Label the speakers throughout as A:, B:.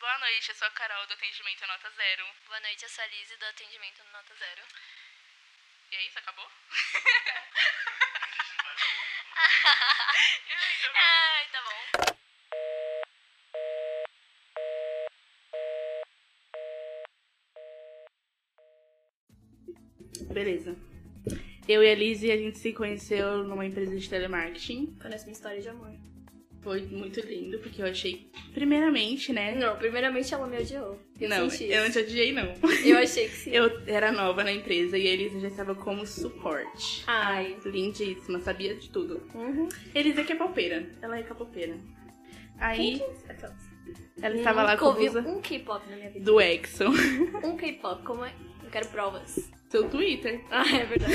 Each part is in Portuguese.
A: Boa noite, eu sou a Carol do atendimento nota zero.
B: Boa noite, eu sou a Lizzie do atendimento no Nota Zero.
A: E é isso, acabou?
B: Ai, tá bom.
A: Beleza. Eu e a Liz, a gente se conheceu numa empresa de telemarketing.
B: Conhece minha história de amor.
A: Foi muito lindo, porque eu achei, primeiramente, né?
B: Não, primeiramente ela me odiou. Eu
A: não,
B: senti
A: eu não
B: isso.
A: te odiei, não.
B: Eu achei que sim.
A: Eu era nova na empresa e a Elisa já estava como suporte.
B: Ai.
A: Lindíssima, sabia de tudo.
B: Uhum.
A: Elisa que é palpeira. Ela é capalpeira. Aí
B: é
A: ela
B: Eu
A: estava lá
B: nunca
A: com a
B: ouvi
A: blusa
B: um K-pop na minha vida.
A: do Exxon.
B: Um K-pop, como é? Eu quero provas.
A: Seu Twitter.
B: Ah, é verdade.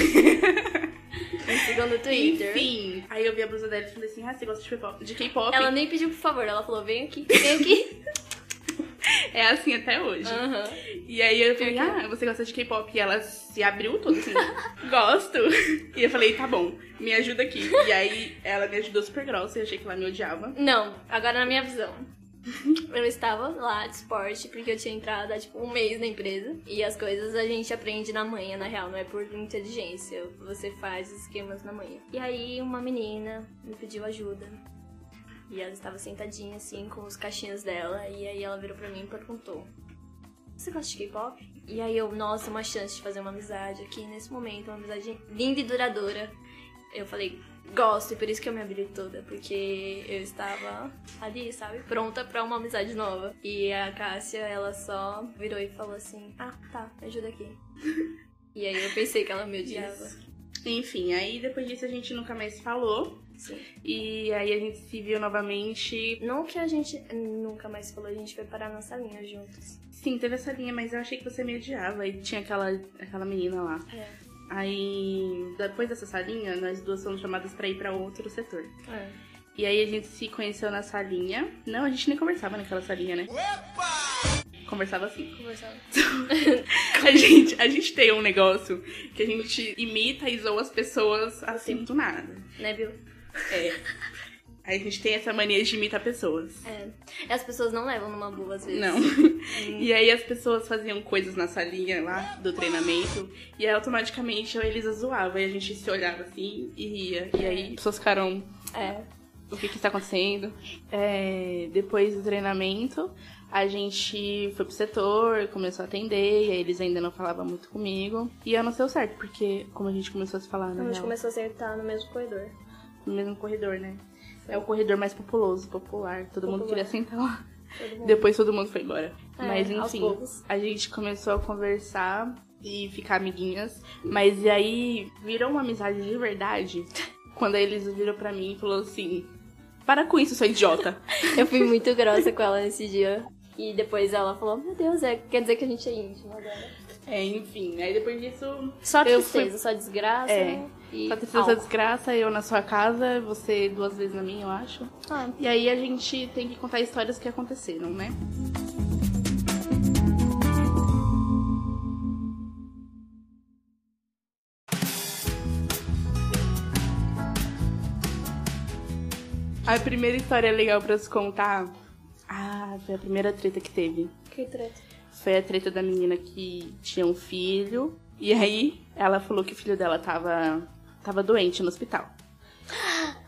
B: Me sigam no Twitter.
A: Enfim. Aí eu vi a blusa dela e falei assim: ah, você gosta de K-pop? De K-pop?
B: Ela nem pediu por favor, ela falou, vem aqui, vem aqui.
A: É assim até hoje.
B: Aham.
A: E aí eu falei, ah, você gosta de K-pop? E ela se abriu toda assim, gosto. E eu falei, tá bom, me ajuda aqui. E aí ela me ajudou super grossa e eu achei que ela me odiava.
B: Não, agora na minha visão. Eu estava lá de esporte porque eu tinha entrado há tipo um mês na empresa. E as coisas a gente aprende na manhã, na real, não é por inteligência. Você faz os esquemas na manhã. E aí uma menina me pediu ajuda. E ela estava sentadinha assim com os caixinhos dela. E aí ela virou pra mim e perguntou: Você gosta de K-pop? E aí eu, nossa, uma chance de fazer uma amizade aqui nesse momento, uma amizade linda e duradoura. Eu falei, gosto, e por isso que eu me abri toda, porque eu estava ali, sabe, pronta pra uma amizade nova. E a Cássia, ela só virou e falou assim: Ah, tá, me ajuda aqui. e aí eu pensei que ela me odiava.
A: Enfim, aí depois disso a gente nunca mais falou.
B: Sim.
A: E aí a gente se viu novamente.
B: Não que a gente nunca mais falou, a gente foi parar nossa linha juntos.
A: Sim, teve essa linha, mas eu achei que você me odiava. E tinha aquela, aquela menina lá.
B: É.
A: Aí, depois dessa salinha, nós duas fomos chamadas pra ir pra outro setor.
B: é.
A: E aí a gente se conheceu na salinha. Não, a gente nem conversava naquela salinha, né? Conversava assim.
B: Conversando.
A: A gente, a gente tem um negócio que a gente imita e zoa as pessoas assim do nada.
B: Né, Bill?
A: É. A gente tem essa mania de imitar pessoas.
B: É. As pessoas não levam numa boa às vezes.
A: Não. E aí as pessoas faziam coisas na salinha lá do treinamento e aí, automaticamente a Elisa zoava e a gente se olhava assim e ria. E aí as pessoas ficaram,
B: É.
A: o que que está acontecendo? É, depois do treinamento, a gente foi pro setor, começou a atender, e aí eles ainda não falavam muito comigo. E eu não sei o certo, porque como a gente começou a se falar, né?
B: A gente
A: real?
B: começou a acertar no mesmo corredor.
A: no mesmo corredor, né? É o corredor mais populoso, popular. Todo mundo
B: Popular.
A: queria sentar lá.
B: Todo mundo.
A: Depois todo mundo foi embora.
B: É,
A: mas
B: aos
A: enfim,
B: poucos.
A: a gente começou a conversar e ficar amiguinhas. Mas e aí virou uma amizade de verdade quando a Elisa virou pra mim e falou assim: Para com isso, sua idiota.
B: Eu fui muito grossa com ela nesse dia. E depois ela falou, meu Deus, é, quer dizer que a gente é íntimo agora.
A: é, enfim. Aí depois disso.
B: Só
A: Eu
B: tristeza, só desgraça. né?
A: É.
B: E
A: Só tristeza
B: álcool.
A: desgraça, eu na sua casa, você duas vezes na minha, eu acho.
B: Ah,
A: E aí a gente tem que contar histórias que aconteceram, né? A primeira história legal pra se contar. Ah, foi a primeira treta que teve.
B: que treta.
A: Foi a treta da menina que tinha um filho. E aí ela falou que o filho dela tava, tava doente no hospital.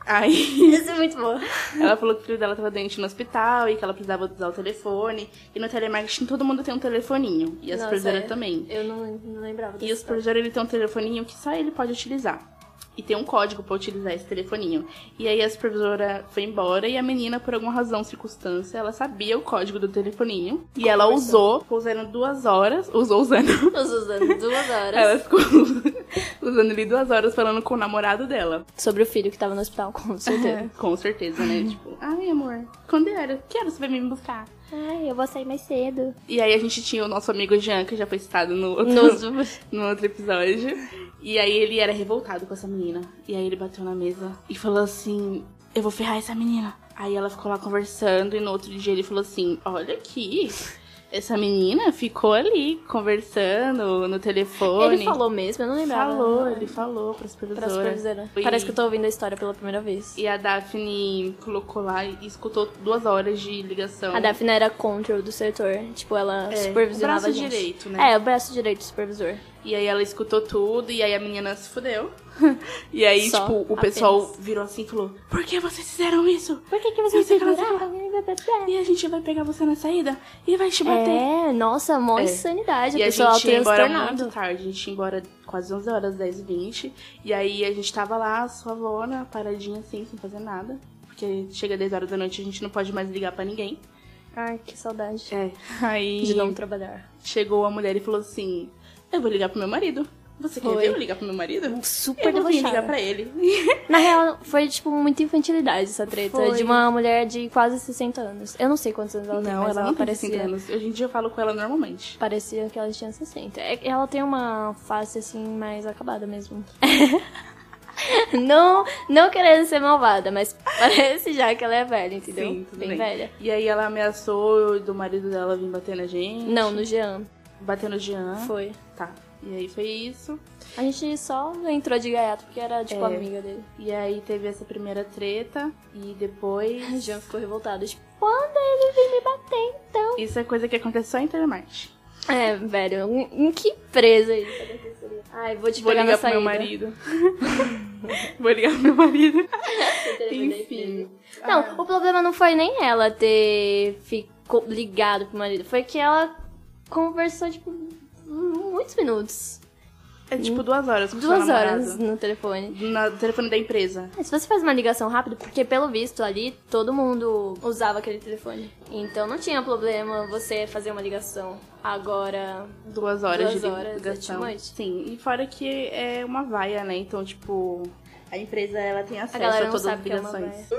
A: Aí.
B: Isso é muito bom.
A: Ela falou que o filho dela tava doente no hospital e que ela precisava usar o telefone. E no telemarketing todo mundo tem um telefoninho. E a
B: Nossa,
A: supervisora
B: é.
A: também.
B: Eu não, não lembrava
A: E o
B: disso.
A: supervisor ele tem um telefoninho que só ele pode utilizar. E tem um código pra utilizar esse telefoninho. E aí a supervisora foi embora e a menina, por alguma razão, circunstância, ela sabia o código do telefoninho. E ela usou, ficou usando duas horas. Usou usando.
B: Nós usando duas horas.
A: Ela ficou usando ele duas horas falando com o namorado dela.
B: Sobre o filho que tava no hospital, com certeza.
A: Com certeza, né? tipo, ai amor, quando era? Que hora você vai me buscar?
B: Ai, eu vou sair mais cedo.
A: E aí a gente tinha o nosso amigo Jean, que já foi citado no outro,
B: Nos...
A: no outro episódio. E aí ele era revoltado com essa menina. E aí ele bateu na mesa e falou assim: Eu vou ferrar essa menina. Aí ela ficou lá conversando, e no outro dia ele falou assim: Olha aqui. Essa menina ficou ali conversando no telefone.
B: Ele falou né? mesmo, eu não lembrava.
A: Falou, ele falou pras
B: Pra
A: produtoras.
B: supervisora.
A: E-
B: Parece que eu tô ouvindo a história pela primeira vez.
A: E a Daphne colocou lá e escutou duas horas de ligação.
B: A Daphne era control do setor. Tipo, ela
A: Então, É,
B: supervisionava
A: o braço
B: a gente.
A: direito, né?
B: É, o braço direito do supervisor.
A: E aí ela escutou tudo, e aí a menina se fudeu. E aí,
B: Só,
A: tipo, o
B: apenas.
A: pessoal virou assim e falou: Por que vocês fizeram isso? é
B: Por que, que
A: você
B: você
A: Não sei o que ela
B: segurava?
A: E a gente vai pegar você na saída e vai te bater.
B: É, nossa, mó
A: É. E
B: insanidade. o tá
A: a
B: pessoal
A: gente ia embora muito
B: transtornado.
A: tarde, a gente ia embora quase 11 horas, 10 e 20. E aí a gente tava lá, suavona, paradinha assim, sem fazer nada. Porque chega 10 horas da noite, a gente não pode mais ligar pra ninguém.
B: Ai, que saudade.
A: É. Aí
B: De não trabalhar.
A: chegou a mulher e falou assim, eu vou ligar pro meu marido. Você quer
B: Foi. Um
A: ver eu ligar pro meu marido?
B: Super
A: Eu vou vir
B: debochada.
A: ligar pra ele.
B: Na real, foi, tipo, muita infantilidade essa treta.
A: Foi.
B: De uma mulher de quase 60 anos. Eu não sei quantos anos ela tá tem,
A: Não,
B: mas
A: ela não tem
B: parecia...
A: 60 anos. Hoje em dia eu falo com ela normalmente.
B: Parecia que ela tinha 60. É- Ela tem uma face assim mais acabada mesmo. não, não querendo ser malvada, mas parece já que ela é velha, entendeu?
A: Sim, tudo
B: bem,
A: bem.
B: velha.
A: E aí ela ameaçou do marido dela vir bater na gente.
B: Não, no Jean.
A: Bater no Jean.
B: Foi.
A: Tá. E aí foi isso.
B: A gente só entrou de gaiato porque era tipo
A: É.
B: amiga dele.
A: E aí teve essa primeira treta e
B: O
A: depois.
B: Jean ficou revoltado, tipo, quando ele vir me bater, então?
A: Isso é coisa que acontece só em Telemarte.
B: É, velho, em, em que presa isso aconteceria? Ai, vou te
A: Vou
B: pegar na
A: ligar pro
B: saída.
A: meu marido. Vou ligar pro meu marido.
B: Enfim.
A: Enfim.
B: Não,
A: Ah.
B: o problema não foi nem ela ter ficou ligado pro marido, foi que ela conversou, tipo, muitos minutos.
A: É tipo duas horas. com seu
B: Duas
A: namorado.
B: horas no telefone.
A: No telefone da empresa.
B: É, Se você faz uma ligação rápida, porque pelo visto ali todo mundo usava aquele telefone. Então não tinha problema você fazer uma ligação. Agora.
A: Duas horas
B: Duas
A: de
B: horas, é
A: ligação.
B: too much.
A: Sim, e fora que é uma vaia, né? Então, tipo, a empresa ela tem acesso
B: galera
A: a
B: não
A: todas as
B: sabe que é uma
A: ligações.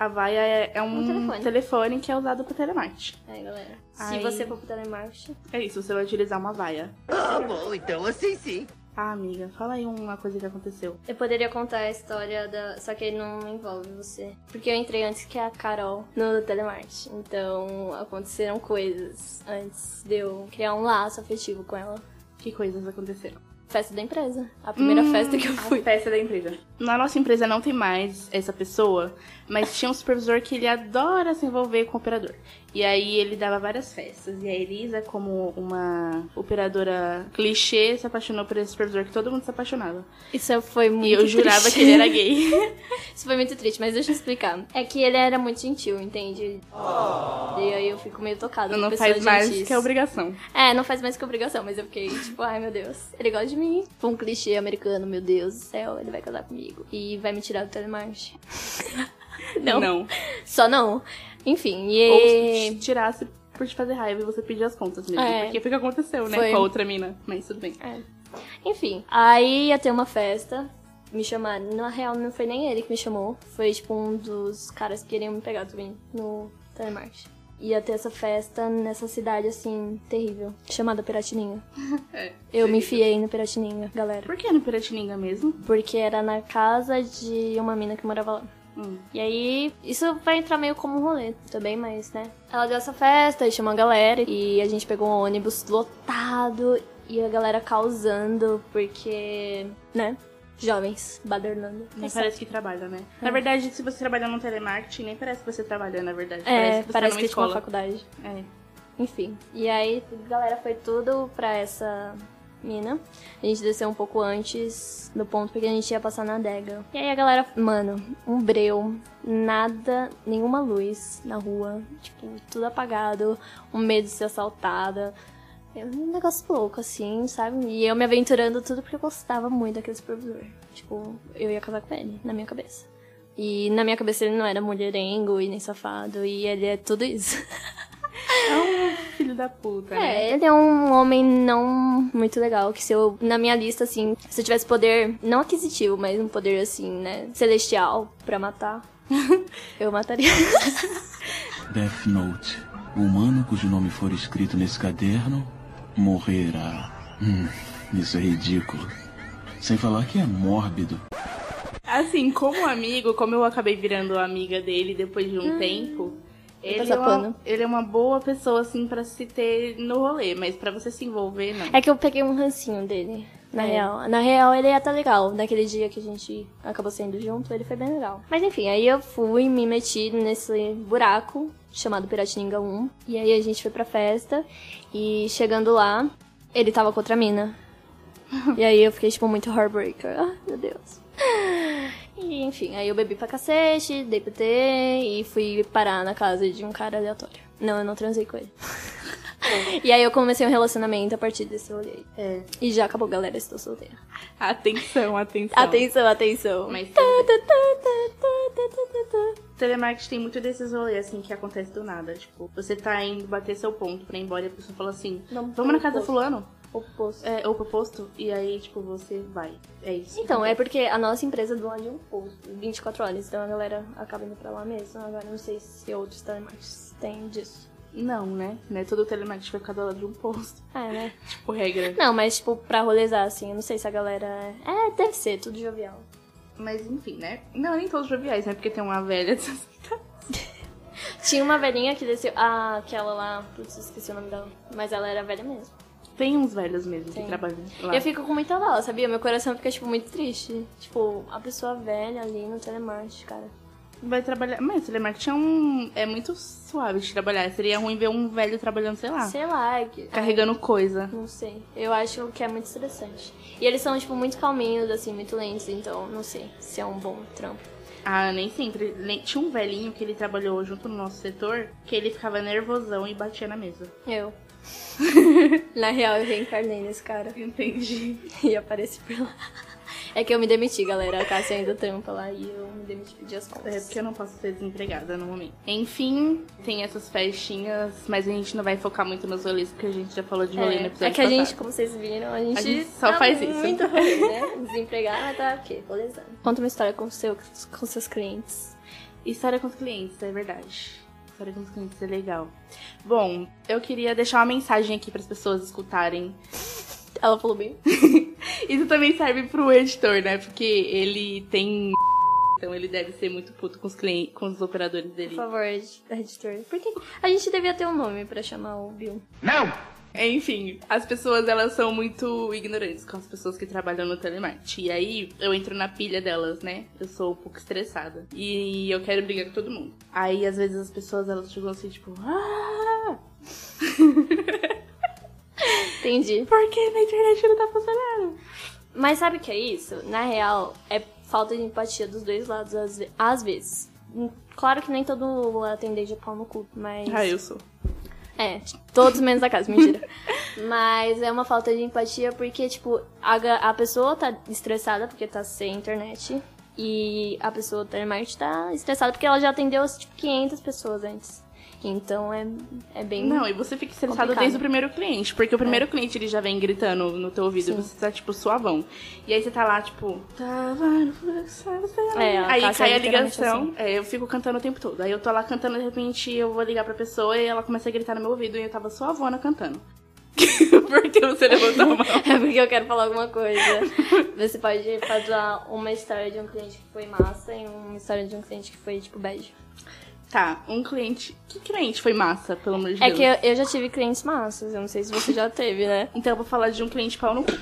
A: a vaia é, é um,
B: Um telefone.
A: telefone. que é usado para telemarketing.
B: É, galera. Se
A: Aí-
B: você for pro telemarketing.
A: É isso, você vai utilizar uma vaia.
C: Tá bom, então assim sim.
A: Ah, amiga, fala aí uma coisa que aconteceu.
B: Eu poderia contar a história da. Só que não envolve você. Porque eu entrei antes que a Carol no telemarketing. Então aconteceram coisas antes de eu criar um laço afetivo com ela.
A: Que coisas aconteceram?
B: Festa da empresa. A primeira
A: Hum,
B: festa que eu fui.
A: A festa da empresa. Na nossa empresa não tem mais essa pessoa, mas tinha um supervisor que ele adora se envolver com o operador. E aí ele dava várias festas. E a Elisa, como uma operadora clichê, se apaixonou por esse supervisor que todo mundo se apaixonava.
B: Isso foi muito
A: e eu jurava
B: triste.
A: que ele era gay.
B: Isso foi muito triste, mas deixa eu explicar. É que ele era muito gentil, entende? E aí eu fico meio tocada. com
A: Oh. não
B: pessoas
A: faz mais
B: gentis.
A: que a obrigação.
B: É, não faz mais que obrigação, mas eu fiquei tipo, ai meu Deus, ele gosta de mim. Foi um clichê americano, meu Deus do céu, ele vai casar comigo. E vai me tirar do telemarketing. não, Só não. Enfim,
A: Ou
B: e.
A: se te tirasse por te fazer raiva e você pedir as contas mesmo.
B: É.
A: Porque foi o que aconteceu, né?
B: Foi.
A: Com a outra mina. Mas tudo bem.
B: É. Enfim, aí ia ter uma festa. Me chamaram. Na real, não foi nem ele que me chamou. Foi tipo um dos caras que queriam me pegar também no telemarketing. Ia ter essa festa nessa cidade assim, terrível, chamada Piratininga.
A: É.
B: Eu me enfiei no Piratininga, galera.
A: Por que no Piratininga mesmo?
B: Porque era na casa de uma mina que morava lá.
A: Hum.
B: E aí, isso vai entrar meio como um rolê também, mas né. Ela deu essa festa e chamou a galera. E a gente pegou um ônibus lotado e a galera causando, porque, né? Jovens, badernando.
A: Nem parece que trabalha, né?
B: É.
A: Na verdade, se você trabalha no telemarketing, nem parece que você trabalha, na verdade. parece
B: É,
A: que você
B: parece
A: tá
B: que
A: numa
B: é tipo uma
A: escola.
B: faculdade.
A: É.
B: Enfim. E aí, galera, foi tudo pra essa mina. A gente desceu um pouco antes do ponto porque a gente ia passar na adega. E aí a galera, mano, um breu, nada, nenhuma luz na rua, tipo, tudo apagado, um medo de ser assaltada. É um negócio louco, assim, sabe? E eu me aventurando tudo porque eu gostava muito daquele supervisor. Tipo, eu ia casar com ele, na minha cabeça. E na minha cabeça ele não era mulherengo e nem safado, e ele é tudo isso.
A: É um Filho da puta, né?
B: É, ele é um homem não muito legal, que se eu, na minha lista, assim, se eu tivesse poder, não aquisitivo, mas um poder, assim, né, celestial pra matar, eu mataria.
D: Death Note. O humano cujo nome for escrito nesse caderno morrerá. Hum, isso é ridículo. Sem falar que é mórbido.
A: Assim, como amigo, como eu acabei virando amiga dele depois de um tempo, ele é,
B: Passa
A: uma,
B: Hum. pano.
A: ele é uma boa pessoa, assim, pra se ter no rolê, mas pra você se envolver, não.
B: É que eu peguei um rancinho dele. Na
A: É.
B: real. Na real, ele ia tá legal. Naquele dia que a gente acabou saindo junto, ele foi bem legal. Mas enfim, aí eu fui, me meti nesse buraco chamado Piratininga 1. E aí a gente foi pra festa. E chegando lá, ele tava com outra mina. e aí eu fiquei, tipo, muito heartbreaker. Ah, meu Deus. E enfim, aí eu bebi pra cacete, dei PT e fui parar na casa de um cara aleatório. Não, eu não transei com ele. E aí eu comecei um relacionamento a partir desse rolê.
A: É.
B: E já acabou, galera, estou solteira.
A: Atenção, atenção.
B: Atenção, atenção.
A: Mas
B: Tá, tá, tá, tá, tá, tá, tá, tá.
A: telemarketing tem muito desses rolês, assim, que acontece do nada. Tipo, você tá indo bater seu ponto pra ir embora e a pessoa fala assim, vamos,
B: Vamos pro
A: na casa do
B: posto."
A: fulano?
B: O posto.
A: É, ou pro posto. E aí, tipo, você vai. É isso.
B: Então, é porque a nossa empresa é do lado de um posto, 24 horas, então a galera acaba indo pra lá mesmo. Agora não sei se outros telemarketings têm disso.
A: Não, né? Não é todo telemarketing vai ficar do lado de um posto.
B: É, né?
A: Tipo, regra.
B: Não, mas tipo, pra rolezar, assim, eu não sei se a galera... é- É, deve ser, tudo jovial.
A: Mas enfim, né? Não, nem todos os joviais, né? Porque tem uma velha dessas
B: Tinha uma velhinha que desceu... Ah, aquela lá, putz, esqueci o nome dela. Mas ela era velha mesmo.
A: Tem uns velhos mesmo
B: Tem.
A: que trabalham lá.
B: Eu fico com muita dó, sabia? Meu coração fica, tipo, muito triste. Tipo, a pessoa velha ali no telemarketing, cara.
A: Vai trabalhar. Mas telemarketing é um. É muito suave de trabalhar. Seria ruim ver um velho trabalhando, sei lá.
B: Sei lá. é que-
A: Carregando coisa.
B: Não sei. Eu acho que é muito estressante. E eles são, tipo, muito calminhos, assim, muito lentos. Então, não sei se é um bom trampo.
A: Ah, nem sempre. Nem- Tinha um velhinho que ele trabalhou junto no nosso setor que ele ficava nervosão e batia na mesa.
B: Eu. Na real, eu reencarnei nesse cara.
A: Entendi.
B: E apareci por lá. É que eu me demiti, galera. A Cássia ainda trampa lá e eu me demiti pedir as
A: É
B: contas.
A: porque eu não posso ser desempregada no momento. Enfim, tem essas festinhas, mas a gente não vai focar muito nos rolês, porque a gente já falou de rolê no
B: É,
A: episódio
B: é que a gente,
A: passado.
B: como vocês viram, a gente,
A: A gente só
B: tá
A: faz isso.
B: muito ruim, né? Desempregada tá o quê? Belezando. Conta uma história com, seu, com seus clientes.
A: História com os clientes, é verdade. História com os clientes é legal. Bom, eu queria deixar uma mensagem aqui para as pessoas escutarem.
B: Ela falou bem.
A: Isso também serve pro editor, né? Porque ele tem. Então ele deve ser muito puto com os, clientes, com os operadores
B: Por
A: dele.
B: favor, ed- editor. Por que a gente devia ter um nome pra chamar o Bill?
C: No!
A: É, Enfim, as pessoas elas são muito ignorantes com as pessoas que trabalham no telemarketing. E aí eu entro na pilha delas, né? Eu sou um pouco estressada. E eu quero brigar com todo mundo. Aí às vezes as pessoas elas ficam assim, tipo, ah,
B: Entendi.
A: por que minha internet não tá funcionando?
B: Mas sabe o que é isso? Na real, é falta de empatia dos dois lados às, ve- às vezes. Hum, Claro que nem todo atendente é pau no cu, mas.
A: Ah, eu sou.
B: É, todos menos a casa, mentira. Mas é uma falta de empatia porque, tipo, a, ga- a pessoa tá estressada porque tá sem internet. E a pessoa do telemarketing tá estressada porque ela já atendeu, tipo, 500 pessoas antes. Então é, é bem...
A: Não, e você fica estressado
B: Complicado. É.
A: desde o primeiro cliente, porque o primeiro cliente ele já vem gritando no teu ouvido,
B: Sim.
A: você tá tipo suavão. E aí você tá lá, tipo, tava no fluxo,
B: É, a
A: aí
B: Cássia
A: cai
B: é
A: a
B: literalmente
A: ligação,
B: assim.
A: é, eu fico cantando o tempo todo. Aí eu tô lá cantando, de repente eu vou ligar pra pessoa e ela começa a gritar no meu ouvido e eu tava suavona cantando. porque você levantou a mão.
B: É porque eu quero falar alguma coisa. Você pode falar uma história de um cliente que foi massa e uma história de um cliente que foi, tipo, bad.
A: Tá, um cliente. Que cliente foi massa, pelo amor de
B: É
A: Deus?
B: que eu, eu já tive clientes massas, eu não sei se você já teve, né?
A: Então eu vou falar de um cliente pau no cu.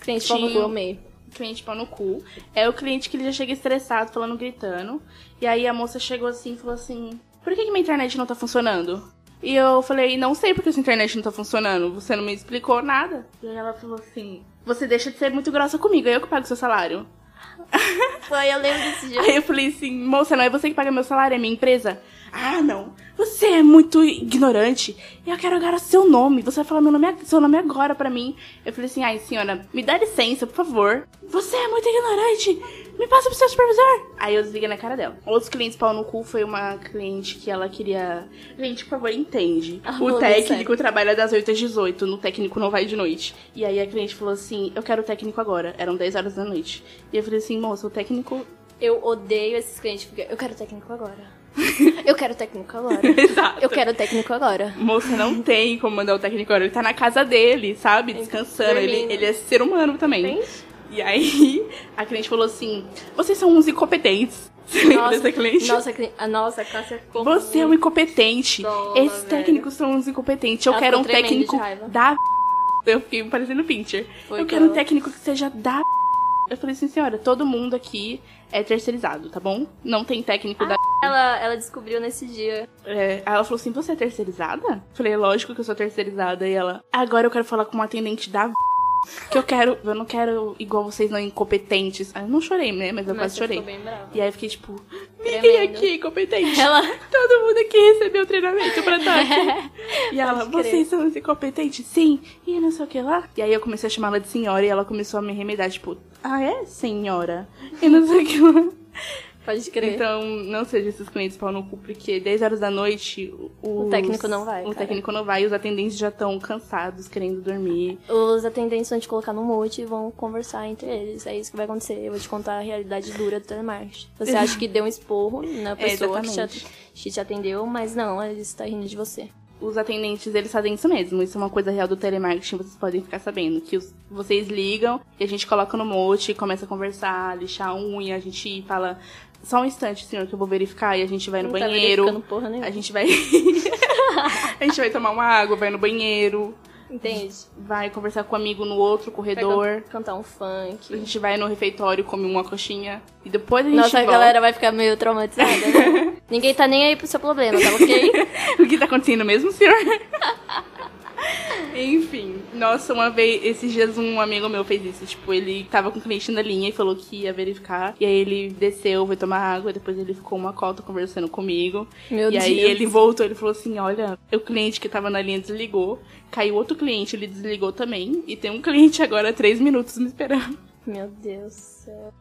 B: Cliente pau no cu,
A: Tinha-
B: eu amei.
A: cliente pau no cu. É o cliente que ele já chega estressado, falando, gritando. E aí a moça chegou assim e falou assim: Por que, que minha internet não tá funcionando? E eu falei: Não sei porque sua internet não tá funcionando. Você não me explicou nada. E aí ela falou assim: Você deixa de ser muito grossa comigo, é eu que pago seu salário.
B: Foi, eu lembro desse dia.
A: Aí eu falei assim: Moça, não é você que paga meu salário, é minha empresa. Ah, não. Você é muito ignorante. Eu quero agora seu nome. Você vai falar meu nome, seu nome agora pra mim. Eu falei assim, ai, senhora, me dá licença, por favor. Você é muito ignorante. Me passa pro seu supervisor. Aí eu desliguei na cara dela. Outros clientes pau no cu foi uma cliente que ela queria... Gente, por favor, entende.
B: Ah,
A: o
B: vou ver,
A: técnico trabalha das 8 às 18. No técnico não vai de noite. E aí a cliente falou assim, eu quero o técnico agora. Eram 10 horas da noite. E eu falei assim, moça, o técnico...
B: Eu odeio esses clientes, porque eu quero técnico agora. eu quero técnico agora.
A: Exato.
B: Eu quero técnico agora.
A: Moça, não tem como mandar o técnico agora. Ele tá na casa dele, sabe? Descansando. Ele,
B: Dormindo.
A: ele é ser humano também.
B: Gente,
A: E aí a cliente falou assim: vocês são uns incompetentes. Você lembra dessa cliente?
E: Nossa, cli- a nossa classe ficou
A: Você é um incompetente.
E: pistola,
A: Esses
E: velho.
A: técnicos são uns incompetentes. Eu
E: Ela
A: quero um
E: ficou tremendo de
A: técnico
E: raiva.
A: da. Eu fiquei parecendo Pinter.
E: Foi
A: eu quero um
E: dela.
A: técnico que seja da. Eu falei assim, senhora, todo mundo aqui é terceirizado, tá bom? Não tem
E: Ah,
A: técnico da.
E: Ela, ela descobriu nesse dia.
A: É, aí ela falou assim: Você é terceirizada? Eu Falei: "É Lógico que eu sou terceirizada. E ela: Agora eu quero falar com uma atendente da. Que eu quero. Eu não quero igual vocês, não incompetentes. Aí eu não chorei, né? Mas eu
E: Nossa,
A: quase chorei.
E: ficou bem brava.
A: E aí eu fiquei tipo: Ninguém
E: Tremendo.
A: aqui é incompetente.
E: Ela,
A: Todo mundo aqui recebeu treinamento pra estar aqui. E ela:
E: crer.
A: Vocês são os incompetentes? Sim. E não sei o que lá. E aí eu comecei a chamar ela de senhora e ela começou a me remedar: Tipo, Ah, é? Senhora. E não sei o que lá.
E: pode crer.
A: Então, não seja esses clientes pau no cu, porque 10 horas da noite os-
E: O técnico não vai,
A: O
E: cara.
A: técnico não vai e os atendentes já estão cansados, querendo dormir.
B: Os atendentes vão te colocar no mute e vão conversar entre eles. É isso que vai acontecer. Eu vou te contar a realidade dura do telemarketing. Você acha que deu um esporro na pessoa que, te,
A: É, exatamente.
B: at- que te atendeu, mas não, ele está rindo de você.
A: Os atendentes, eles fazem isso mesmo. Isso é uma coisa real do telemarketing, vocês podem ficar sabendo. Que os- vocês ligam e a gente coloca no mote, começa a conversar, lixar a unha, a gente fala... Só um instante, senhor, que eu vou verificar. E a gente vai no
E: Não tá
A: banheiro.
E: verificando porra nenhuma.
A: a gente vai... a gente vai tomar uma água, vai no banheiro.
E: Entende?
A: Vai conversar com o amigo no outro
E: Vai
A: corredor.
E: can- cantar um
A: A
E: funk.
A: gente vai no refeitório, come uma coxinha. E depois a gente
B: Nossa, a
A: volta.
B: galera vai ficar meio traumatizada. né? Ninguém tá nem aí pro seu problema, tá ok?
A: o que tá acontecendo mesmo, senhor? Enfim, nossa, uma vez, esses dias um amigo meu fez isso. Tipo, ele tava com o cliente na linha e falou que ia verificar. E aí ele desceu, foi tomar água. e Depois ele ficou uma cota conversando comigo.
B: Meu
A: e aí
B: Deus.
A: ele voltou, ele falou assim: Olha, o cliente que tava na linha desligou. Caiu outro cliente, ele desligou também. E tem um cliente agora há três minutos me esperando.
B: Meu Deus do céu.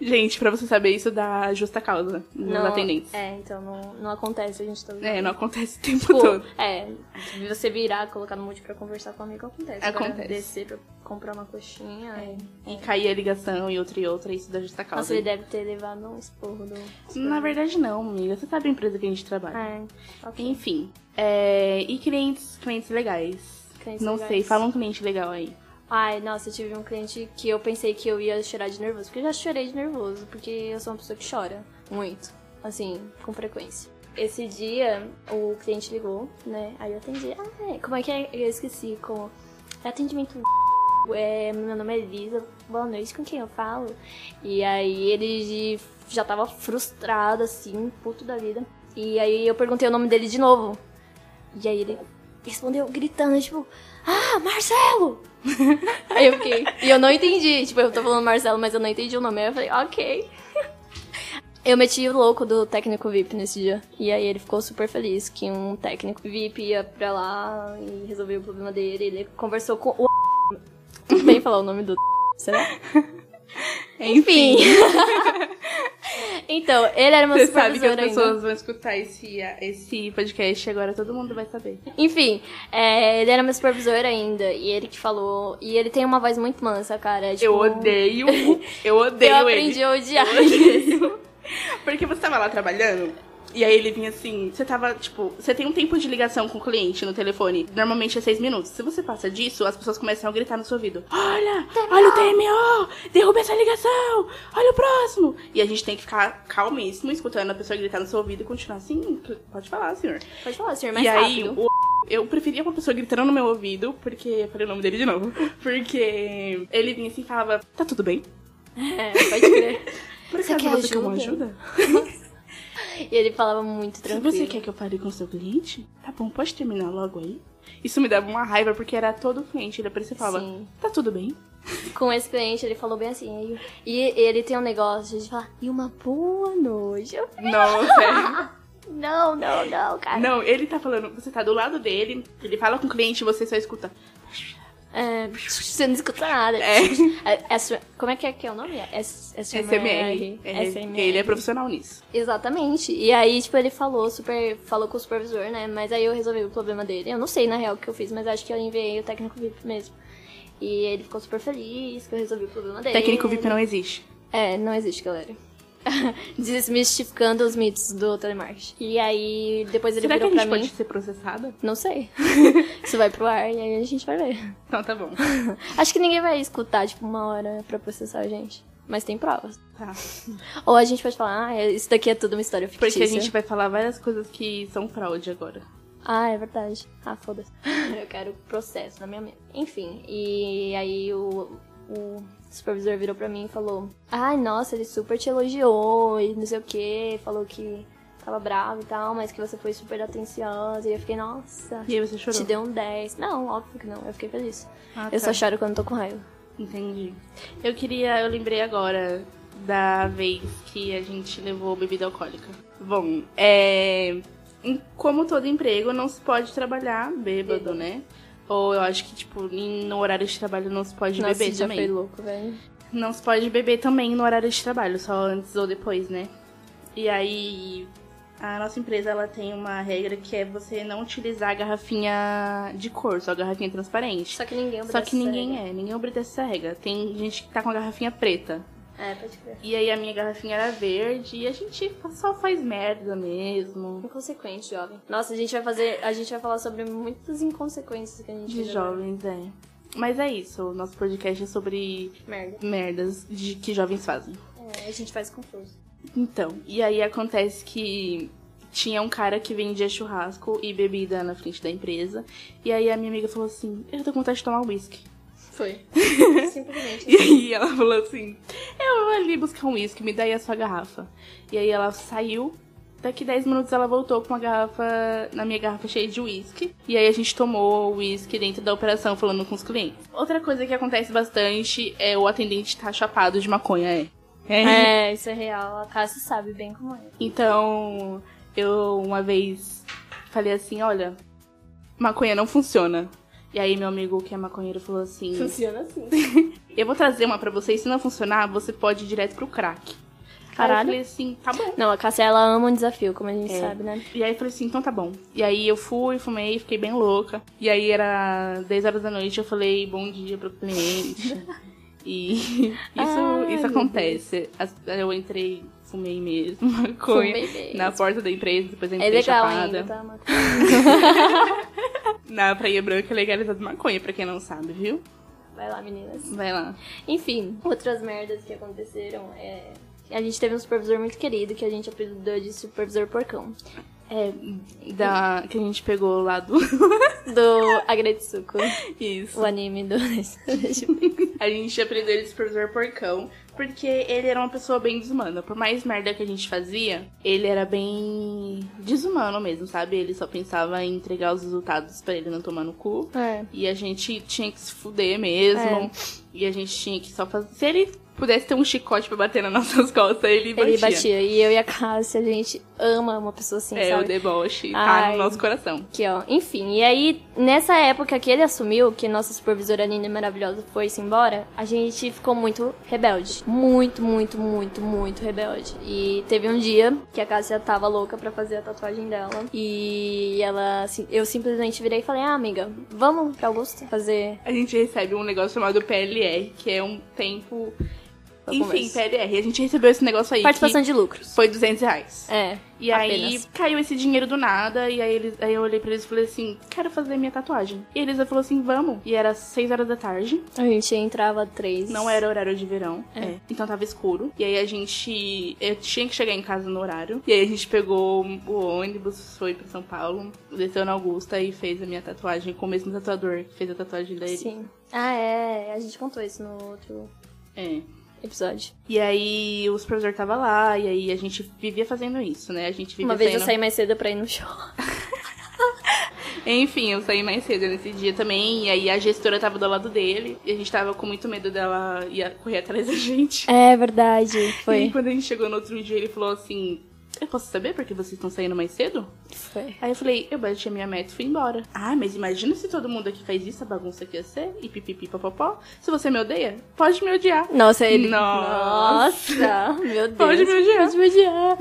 A: Gente, pra você saber isso dá justa causa nos
B: Não,
A: atendentes.
B: É, então não, não acontece, a gente tá
A: É, não acontece o tempo todo.
B: Tipo, é, de você virar, colocar no multi pra conversar com um amigo, acontece. Agora,
A: Acontece.
B: descer pra comprar uma coxinha. É.
A: E cair a ligação e outra e outra, isso da justa
B: Nossa,
A: causa.
B: ele deve ter levado um esporro do.
A: Na verdade, não, amiga. Você sabe a empresa que a gente trabalha.
B: É, ok.
A: Enfim. é, E clientes, clientes legais.
B: Clientes
A: não
B: legais.
A: sei, fala um cliente legal aí.
B: Ai, nossa, eu tive um cliente que eu pensei que eu ia chorar de nervoso, porque eu já chorei de nervoso, porque eu sou uma pessoa que chora muito, assim, com frequência. Esse dia, o cliente ligou, né? Aí eu atendi. Ah, é, como é que é? Eu esqueci, como. é Atendimento. É, meu nome é Elisa, boa noite, com quem eu falo? E aí ele já tava frustrado, assim, puto da vida. E aí eu perguntei o nome dele de novo. E aí ele respondeu gritando, tipo, ah, Marcelo! Aí eu fiquei. E eu não entendi. Tipo, eu tô falando Marcelo, mas eu não entendi o nome. Aí eu falei, ok. Eu meti o louco do técnico VIP nesse dia. E aí ele ficou super feliz que um técnico VIP ia pra lá e resolveu o problema dele. Ele conversou com o. Tudo bem falar o nome do. Será? Enfim. então, ele era meu
A: Você
B: supervisor
A: sabe que as
B: ainda.
A: pessoas vão escutar esse, esse podcast agora, todo mundo vai saber.
B: Enfim, é, ele era meu supervisor ainda. E ele que falou. E ele tem uma voz muito mansa, cara. Tipo,
A: Eu odeio. Eu odeio
B: Eu aprendi
A: ele.
B: a odiar.
A: Porque você tava lá trabalhando. E aí ele vinha assim, você tava, tipo, você tem um tempo de ligação com o cliente no telefone, normalmente é seis minutos. Se você passa disso, as pessoas começam a gritar no seu ouvido. Olha, olha o TMO, derruba essa ligação, olha o próximo. E a gente tem que ficar calmíssimo, escutando a pessoa gritar no seu ouvido e continuar assim, pode falar, senhor.
B: Pode falar, senhor, É mais
A: e aí,
B: rápido.
A: o- eu preferia uma pessoa gritando no meu ouvido, porque, eu falei o nome dele de novo, porque ele vinha assim e falava, tá tudo bem?
B: É, pode crer.
A: Por
B: Você
A: acaso
B: quer
A: você quer uma
B: ajuda?
A: ajuda?
B: E ele falava muito tranquilo.
A: Se você quer que eu fale com seu cliente, tá bom, pode terminar logo aí. Isso me dava uma raiva, porque era todo cliente, ele aparecia e falava,
B: Sim.
A: tá tudo bem.
B: Com esse cliente, ele falou bem assim. E, e ele tem um negócio de falar, e uma boa noite. Eu falei,
A: Não, sério.
B: não, não, não, cara.
A: Não, ele tá falando, você tá do lado dele, ele fala com o cliente e você só escuta.
B: É, você não escuta nada.
A: É.
B: É, é su- como é que é, que é o nome? É, S-
A: SMR.
B: SMR.
A: É, Ele é profissional nisso.
B: Exatamente. E aí, tipo, ele falou super. Falou com o supervisor, né? Mas aí eu resolvi o problema dele. Eu não sei, na real, o que eu fiz, mas acho que eu enviei o técnico VIP mesmo. E ele ficou super feliz que eu resolvi o problema dele.
A: Técnico VIP não existe.
B: É, não existe, galera. desmistificando os mitos do telemarketing. E aí, depois ele
A: Será que a
B: virou pra
A: gente
B: mim.
A: pode ser processada?
B: Não sei. Isso vai pro ar e aí a gente vai ver.
A: Então tá bom.
B: Acho que ninguém vai escutar, tipo, uma hora pra processar a gente. Mas tem provas.
A: Tá.
B: Ou a gente pode falar, ah, isso daqui é tudo uma história fictícia.
A: Porque a gente vai falar várias coisas que são fraude agora.
B: Ah, é verdade. Ah, foda-se. Eu quero processo na minha mente. Enfim, e aí o, o supervisor virou pra mim e falou: Ai, nossa, ele super te elogiou e não sei o que, falou que tava bravo e tal, mas que você foi super atenciosa. E eu fiquei, nossa,
A: E aí você
B: te
A: chorou?
B: deu um 10. Não, óbvio que não, eu fiquei feliz.
A: Ah,
B: eu
A: tá.
B: só choro quando tô com raiva.
A: Entendi. Eu queria, eu lembrei agora da vez que a gente levou bebida alcoólica. Bom, é. em- Como todo emprego, não se pode trabalhar bêbado,
B: Bêbado.
A: né? Ou eu acho que, tipo, em- no horário de trabalho não se pode
B: nossa,
A: beber
B: esse dia
A: também.
B: foi louco, velho.
A: Não se pode beber também no horário de trabalho, só antes ou depois, né? E aí, a nossa empresa ela tem uma regra que é você não utilizar a garrafinha de cor, só a garrafinha transparente.
B: Só que ninguém
A: Só que ninguém é, ninguém obedece essa regra. Tem gente que tá com a garrafinha preta.
B: É, pode crer.
A: E aí a minha garrafinha era verde e a gente só faz merda mesmo.
B: Inconsequente, jovem. Nossa, a gente vai fazer. A gente vai falar sobre muitas inconsequências que a gente
A: De
B: fez agora.
A: jovens, é. Mas é isso, o nosso podcast é sobre
B: Merda.
A: merdas de que jovens fazem.
B: É, a gente faz confuso.
A: Então, e aí acontece que tinha um cara que vendia churrasco e bebida na frente da empresa. E aí a minha amiga falou assim: Eu tô com vontade de tomar uísque.
E: Foi.
B: Simplesmente.
A: E aí ela falou assim: Eu vou ali buscar um uísque, me dá aí a sua garrafa. E aí ela saiu. Daqui 10 minutos ela voltou com uma garrafa, na minha garrafa cheia de uísque. E aí a gente tomou o uísque dentro da operação, falando com os clientes. Outra coisa que acontece bastante é o atendente tá chapado de maconha, é.
B: É, isso é real. A Cássia sabe bem como é.
A: Então, eu uma vez falei assim, olha, maconha não funciona. E aí meu amigo que é maconheiro falou assim,
B: Funciona assim.
A: eu vou trazer uma pra você e se não funcionar, você pode ir direto pro crack. Aí eu
B: Caralho.
A: falei assim, tá bom.
B: Não, a Cássia, ela ama um desafio, como a gente
A: É.
B: sabe, né?
A: E aí eu falei assim, então tá bom. E aí eu fui, fumei, fiquei bem louca. E aí era 10 horas da noite, eu falei bom dia pro cliente. e isso,
B: Ai,
A: isso
B: meu
A: acontece. As- Eu entrei, fumei mesmo, maconha.
B: Fumei mesmo.
A: Na porta da empresa, depois eu
B: É
A: entrei
B: legal
A: chapada.
B: ainda, tá? Marco?
A: Na Praia Branca é legalizado maconha, pra quem não sabe, viu?
B: Vai lá, meninas.
A: Vai lá.
B: Enfim, outras merdas que aconteceram é. A gente teve um supervisor muito querido que a gente apelidou de supervisor porcão.
A: É, da que a gente pegou lá do.
B: Do Agretsuko,
A: Isso.
B: o anime do.
A: A gente aprendeu ele de supervisor porcão, porque ele era uma pessoa bem desumana. Por mais merda que a gente fazia, ele era bem desumano mesmo, sabe? Ele só pensava em entregar os resultados pra ele não tomar no cu.
B: é.
A: E a gente tinha que se fuder mesmo. E a gente tinha que só fazer. Se ele pudesse ter um chicote pra bater nas nossas costas, ele batia.
B: Ele batia. E eu e a Cássia, a gente ama uma pessoa assim,
A: É,
B: sabe?
A: o deboche tá
B: Ai.
A: no nosso coração.
B: Aqui, ó. Enfim, e aí, nessa época que ele assumiu, que nossa supervisora linda e maravilhosa foi-se embora, a gente ficou muito rebelde. Muito, muito, muito, muito rebelde. E teve um dia que a Cássia tava louca pra fazer a tatuagem dela. E ela, assim, eu simplesmente virei e falei, ah, amiga, vamos pra Augusta fazer.
A: A gente recebe um negócio chamado PLR, que é um tempo.
B: Pra
A: Enfim,
B: conversa.
A: PLR. A gente recebeu esse negócio aí.
B: Participação
A: Que
B: de lucros.
A: foi 200 reais.
B: É.
A: E
B: apenas.
A: aí caiu esse dinheiro do nada, e aí, eles, aí eu olhei pra eles e falei assim: quero fazer minha tatuagem. E eles falou assim: vamos. E era 6 horas da tarde,
B: A gente entrava três.
A: não era horário de verão,
B: É.
A: então tava escuro. E aí a gente. Eu tinha que chegar em casa no horário. E aí a gente pegou o ônibus, foi pra São Paulo, desceu na Augusta e fez a minha tatuagem com o mesmo tatuador que fez a tatuagem da Eli.
B: Sim. Ah, é. A gente contou isso no outro
A: É.
B: episódio.
A: E aí o supervisor tava lá, e aí a gente vivia fazendo isso, né? A gente vivia
B: Uma vez eu
A: saindo...
B: saí mais cedo pra ir no show.
A: Enfim, eu saí mais cedo nesse dia também, e aí a gestora tava do lado dele, e a gente tava com muito medo dela ia correr atrás da gente.
B: É verdade,
A: E aí, quando a gente chegou no outro dia, ele falou assim: Eu posso saber por que vocês estão saindo mais cedo?
B: Foi.
A: Aí eu falei, eu bati a minha meta e fui embora. Ah, mas imagina se todo mundo aqui faz isso, a bagunça que ia ser, e pipipi papapó. Se você me odeia, pode me odiar.
B: Nossa, ele.
A: Nossa.
B: Nossa, meu Deus.
A: Pode me odiar.
B: Pode me odiar.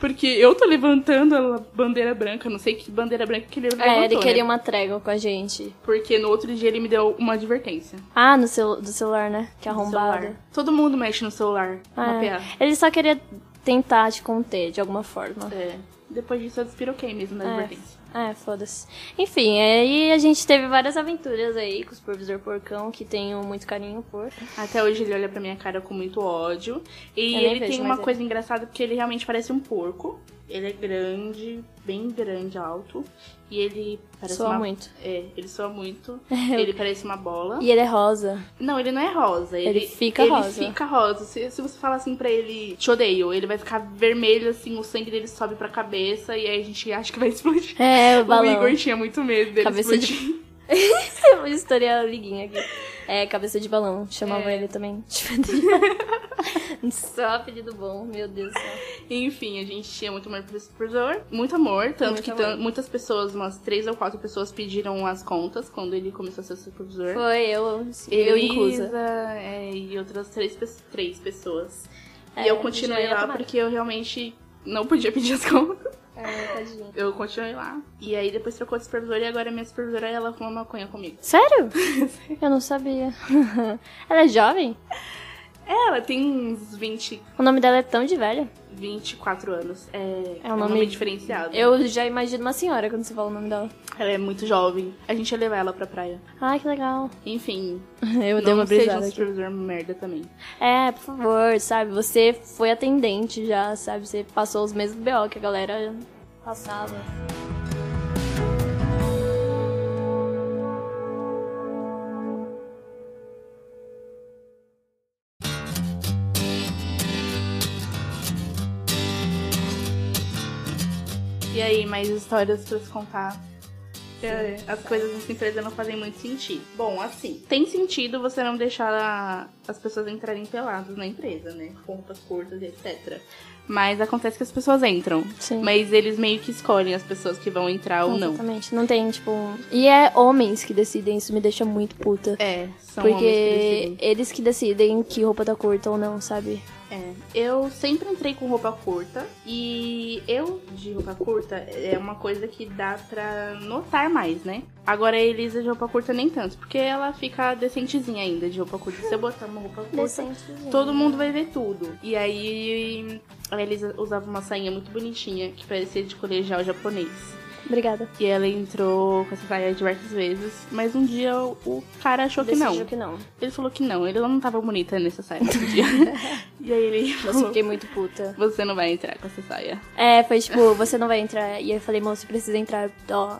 A: Porque eu tô levantando a bandeira branca, não sei que bandeira branca que ele levantou,
B: É, ele queria
A: né?
B: uma trégua com a gente.
A: Porque no outro dia ele me deu uma advertência.
B: Ah, no cel do celular, né? Que
A: Do
B: arrombado.
A: celular. Todo mundo mexe no celular. Uma piada.
B: É. Ele só queria tentar te conter de alguma forma.
A: É. Depois disso eu despiroquei mesmo na advertência.
B: É, foda-se. Enfim, aí a gente teve várias aventuras aí com o supervisor porcão, que tenho muito carinho por.
A: Até hoje ele olha pra minha cara com muito ódio. E
B: Eu nem
A: ele
B: vejo
A: tem
B: mais
A: uma
B: ele.
A: coisa engraçada porque ele realmente parece um porco. Ele é grande, bem grande, alto. E ele parece
B: Soa
A: uma...
B: muito.
A: É, ele soa muito. ele parece uma bola.
B: E ele é rosa.
A: Não, ele não é rosa. Ele,
B: Ele fica rosa.
A: Ele fica rosa. Se, se você falar assim pra ele, te odeio, ele vai ficar vermelho, assim, o sangue dele sobe pra cabeça e aí a gente acha que vai explodir.
B: É, o balão.
A: O Igor tinha muito medo dele
B: Cabeça de-
A: explodir.
B: Uma história liguinha um aqui. É, cabeça de balão. Chamava ele também. Só apelido bom, meu Deus do céu.
A: Enfim, a gente tinha muito amor pro supervisor. Muito amor, tanto
B: Muito
A: que
B: amor.
A: tan- muitas pessoas, umas três ou quatro pessoas, pediram as contas quando ele começou a ser supervisor.
B: Foi eu, eu inclusa.
A: Isa, é, e outras três, pe- três pessoas.
B: É,
A: e eu
B: a
A: continuei
B: gente não ia
A: lá
B: tomar.
A: porque eu realmente não podia pedir as contas.
B: É, tadinho.
A: Eu continuei lá. E aí depois trocou de supervisor e agora minha supervisora ela fuma maconha comigo.
B: Sério? Eu não sabia. Ela é jovem?
A: É, Ela tem uns 20,
B: O nome dela é tão de velha.
A: 24 anos. É,
B: É um nome-
A: diferenciado.
B: Eu já imagino uma senhora quando você fala o nome dela.
A: Ela é muito jovem. A gente ia levar ela pra praia.
B: Ai, que legal.
A: Enfim,
B: Eu dei
A: não seja um
B: uma brisada aqui.
A: supervisor merda também.
B: É, por favor, sabe? Você foi atendente já, sabe? Você passou os mesmos BO que a galera passava.
A: E aí, mais histórias pra se contar? É, As coisas nessa empresa não fazem muito sentido. Bom, assim, tem sentido você não deixar a- as pessoas entrarem peladas na empresa, né? Com roupas curtas e etc. Mas acontece que as pessoas entram.
B: Sim.
A: Mas eles meio que escolhem as pessoas que vão entrar ou não.
B: Exatamente. Não tem, tipo. um- E é homens que decidem, isso me deixa muito puta.
A: É, são
B: Porque
A: homens que decidem.
B: eles que decidem que roupa tá curta ou não, sabe?
A: É, eu sempre entrei com roupa curta e eu de roupa curta é uma coisa que dá pra notar mais, né? Agora a Elisa de roupa curta nem tanto, porque ela fica decentezinha ainda de roupa curta. Se eu botar uma roupa curta, todo mundo vai ver tudo. E aí a Elisa usava uma sainha muito bonitinha que parecia de colegial japonês.
B: Obrigada.
A: E ela entrou com essa saia diversas vezes, mas um dia o cara achou que
B: Decidiu
A: não.
B: que não.
A: Ele falou que não, ele não tava bonita nessa saia nesse dia. e aí ele
B: Nossa, eu
A: falou,
B: fiquei muito puta.
A: você não vai entrar com essa saia.
B: É, foi tipo, você não vai entrar. E eu falei, moço, precisa entrar, ó,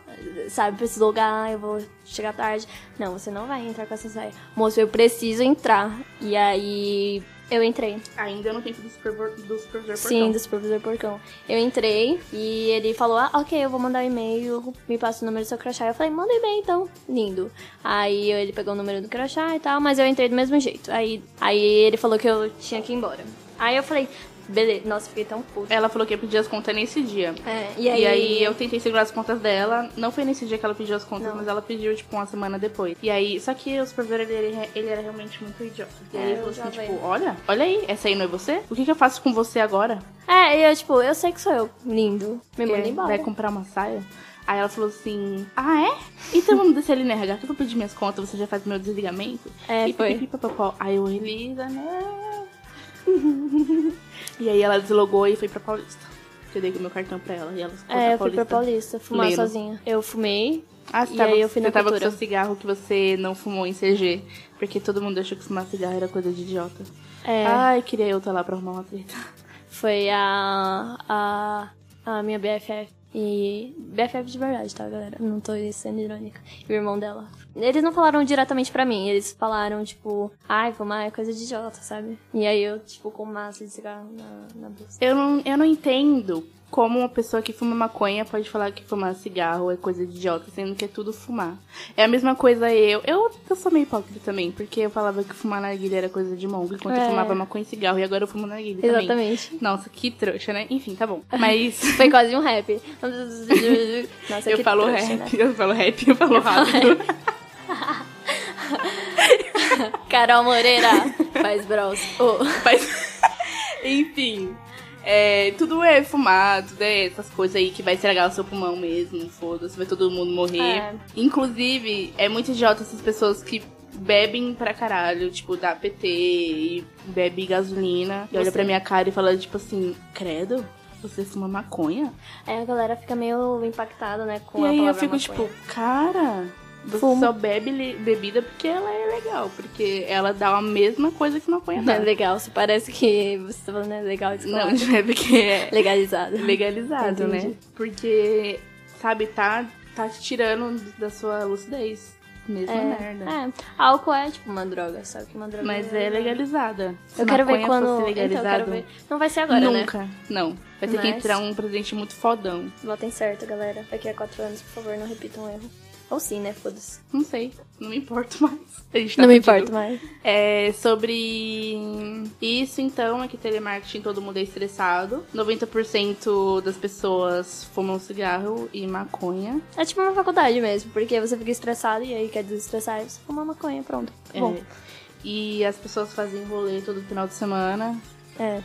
B: sabe, preciso lugar, eu vou chegar tarde. Não, você não vai entrar com essa saia. Moço, eu preciso entrar. E aí, eu entrei.
A: Ainda no tempo do supervisor, do supervisor
B: Sim, do supervisor porcão. Eu entrei e ele falou: Ah, ok, eu vou mandar um e-mail, me passa o número do seu crachá. Eu falei, manda um e-mail então. Lindo. Aí ele pegou o número do crachá e tal, mas eu entrei do mesmo jeito. Aí, aí ele falou que eu tinha que ir embora. Aí eu falei, beleza, nossa, fiquei tão puta.
A: Ela falou que ia pedir as contas nesse dia.
B: É,
A: E aí, eu tentei segurar as contas dela. Não foi nesse dia que ela pediu as contas, mas ela pediu, tipo, uma semana depois. E aí, só que o supervisor, ele, ele, ele era realmente muito idiota. E aí
B: É,
A: ele falou
B: eu
A: assim,
B: já
A: tipo, olha, olha aí, essa aí não é você? O que, que eu faço com você agora?
B: É, e eu, tipo, eu sei que sou eu. Lindo. Me manda
A: É,
B: embora.
A: Vai comprar uma saia? Aí ela falou assim, ah, é? Então vamos descer ali no RH que eu vou pedir minhas contas, você já faz meu desligamento?
B: É,
A: e
B: foi.
A: pipipipopopó. Aí eu, Elisa, não. e aí ela deslogou e foi pra Paulista. Que eu dei meu cartão pra ela e ela ficou
B: É,
A: na
B: eu fui pra Paulista fumar
A: Lendo.
B: sozinha. Eu fumei.
A: Ah, você
B: E
A: tava,
B: aí eu fui
A: você
B: na
A: tava com
B: cultura.
A: seu cigarro que você não fumou em CG. Porque todo mundo achou que fumar cigarro era coisa de idiota.
B: É.
A: Ai, queria eu estar lá pra arrumar uma treta.
B: Foi a, a, a minha BFF. E BFF de verdade, tá, galera? Não tô sendo irônica. E o irmão dela. Eles não falaram diretamente pra mim. Eles falaram, tipo, ai, fumar é coisa de idiota, sabe? E aí eu, tipo, com massa de cigarro na, na bolsa.
A: Eu não, eu não entendo como uma pessoa que fuma maconha pode falar que fumar cigarro é coisa de idiota, sendo que é tudo fumar. É a mesma coisa eu. Eu, eu sou meio hipócrita também, porque eu falava que fumar narguilha era coisa de mongo, enquanto eu
B: É.
A: fumava maconha e cigarro, e agora eu fumo narguilha também.
B: Exatamente.
A: Nossa, que trouxa, né? Enfim, tá bom. Mas
B: Foi quase um rap. Nossa,
A: eu
B: que
A: falo
B: trouxa,
A: rap,
B: né?
A: eu falo rap, eu falo rápido.
B: Carol Moreira faz bros. Oh.
A: Mas, enfim, é, tudo é fumar, tudo é essas coisas aí que vai estragar o seu pulmão mesmo, foda-se, vai todo mundo morrer.
B: É.
A: Inclusive, é muito idiota essas pessoas que bebem pra caralho, tipo, dá PT e bebe gasolina. E olha
E: Você-
A: pra minha cara e fala, tipo assim, credo, você fuma maconha?
B: Aí a galera fica meio impactada, né, com
A: e
B: a
A: aí eu
B: palavra
A: fico,
B: maconha.
A: tipo, cara, você
B: Fumo.
A: só bebe li- bebida porque ela é legal, porque ela dá a mesma coisa que maconha
E: Não é
A: dá.
E: legal, se parece que você tá falando é legal de
A: Não,
E: falar.
A: é porque é
E: Legalizado.
A: legalizado,
E: Entendi.
A: né? Porque, sabe, tá, tá te tirando da sua lucidez. Mesma merda.
B: É, álcool é tipo uma droga, só que uma droga.
A: Mas é legalizada. Se
B: Eu quero ver
A: maconha
B: quando.
A: fosse
B: Então, eu
A: legalizado,
B: quero ver. Não vai ser agora, né?
A: Nunca. Não. Vai ter que
B: Mas-
A: entrar um presidente muito fodão.
B: Votem certo, galera. Daqui a quatro anos, por favor, não repitam um erro. Ou sim, né? Foda-se. Tipo,
A: Não sei. Não me importo mais. A gente tá
B: Não me
A: fudido.
B: importo mais.
A: É sobre isso, então, é que telemarketing todo mundo é estressado. 90% das pessoas fumam cigarro e maconha.
B: É tipo uma faculdade mesmo, porque você fica estressado e aí quer desestressar e você fuma maconha, pronto.
A: É,
B: Bom,
A: E as pessoas fazem rolê todo final de semana.
B: é.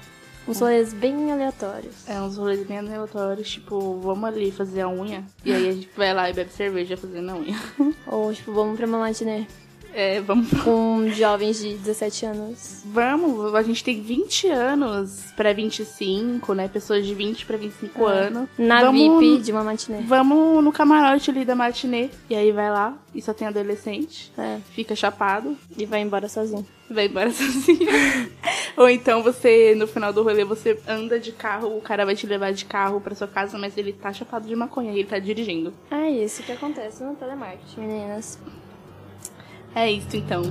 B: Uns rolês bem aleatórios.
A: É uns rolês bem aleatórios, tipo, vamos ali fazer a unha. E aí a gente vai lá e bebe cerveja fazendo a unha.
B: Ou tipo, vamos pra uma matinê
A: É, vamos
B: com jovens de 17 anos.
A: Vamos, a gente tem 20 anos pra 25, né? Pessoas de 20 pra 25 anos.
B: É. Na
A: Um Vamos-
B: VIP de uma matinê.
A: Vamos no camarote ali da matinê. E aí vai lá e só tem adolescente.
B: É,
A: Fica chapado,
B: e vai embora sozinho.
A: vai embora sozinho. Ou então você, no final do rolê, você anda de carro, o cara vai te levar de carro pra sua casa, mas ele tá chapado de maconha e ele tá dirigindo.
B: É isso que acontece no telemarketing, meninas.
A: É isso então.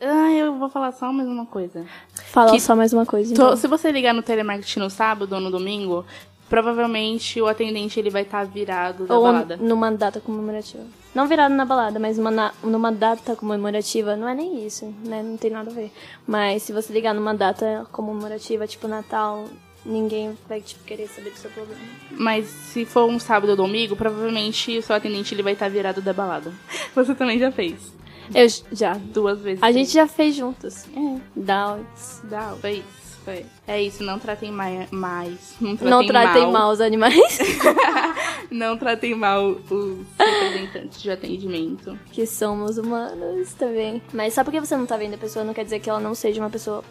A: Ah, eu vou falar só mais uma coisa.
B: Falar
A: Que-
B: só mais uma coisa.
A: Tô-
B: Então.
A: se você ligar no telemarketing no sábado ou no domingo, provavelmente o atendente ele vai estar virado da
B: Ou
A: balada.
B: numa data comemorativa. Não virado na balada, mas uma na- numa data comemorativa. Não é nem isso, né? Não tem nada a ver. Mas se você ligar numa data comemorativa, tipo Natal, ninguém vai tipo, querer saber do seu problema.
A: Mas se for um sábado ou domingo, provavelmente o seu atendente ele vai estar virado da balada. Você também já fez.
B: Eu j- já.
A: Duas vezes.
B: A gente já fez juntos.
A: É,
B: Doubts.
A: dá. Foi isso. Foi. É isso, não tratem mai- mais. Não tratem,
B: Não tratem
A: mal,
B: mal. os animais,
A: Não tratem mal os representantes de atendimento.
B: que somos humanos também. Mas só porque você não tá vendo a pessoa, não quer dizer que ela não seja uma pessoa.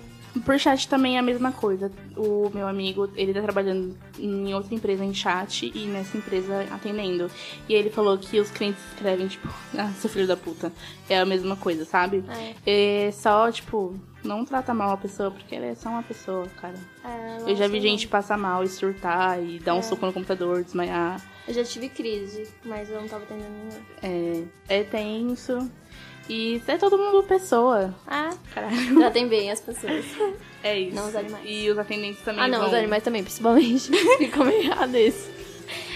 A: Por chat também é a mesma coisa. O meu amigo, ele tá trabalhando em outra empresa em chat e nessa empresa atendendo. E ele falou que os clientes escrevem, tipo, ah, seu filho da puta. É a mesma coisa, sabe? É só, tipo, não trata mal a pessoa, porque ela é só uma pessoa, cara. É,
B: Ah,
A: Eu já vi gente passar mal e surtar e
B: É.
A: dar um soco no computador, desmaiar.
B: Eu já tive crise, mas eu não tava atendendo ninguém.
A: É tenso. E é todo mundo pessoa.
B: Ah,
A: Caralho.
B: tratem bem as pessoas.
A: É isso.
B: Não os animais.
A: E os atendentes também
B: Ah, não,
A: vão-
B: os animais também, principalmente. Ficou meio errado isso.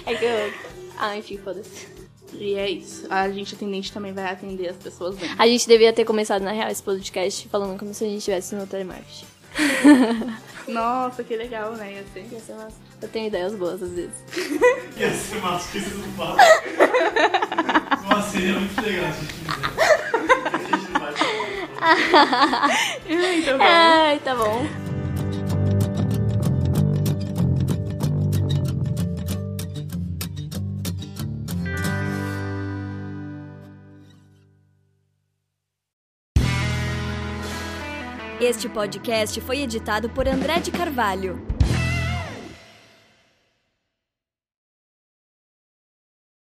B: É que eu. Ah, enfim, foda-se.
A: E é isso. A gente atendente também vai atender as pessoas bem.
B: A gente devia ter começado, na real, esse podcast falando como se a gente estivesse no telemarketing.
A: Nossa, que legal, né? Ia ser.
B: Ia ser massa. Eu tenho ideias boas às vezes.
F: Ia ser massa que vocês não assim? falam. Nossa, seria muito legal se a gente fizer. A gente não vai fazer.
A: Então, vamos.
B: Ai, tá bom.
G: Este podcast foi editado por André de Carvalho.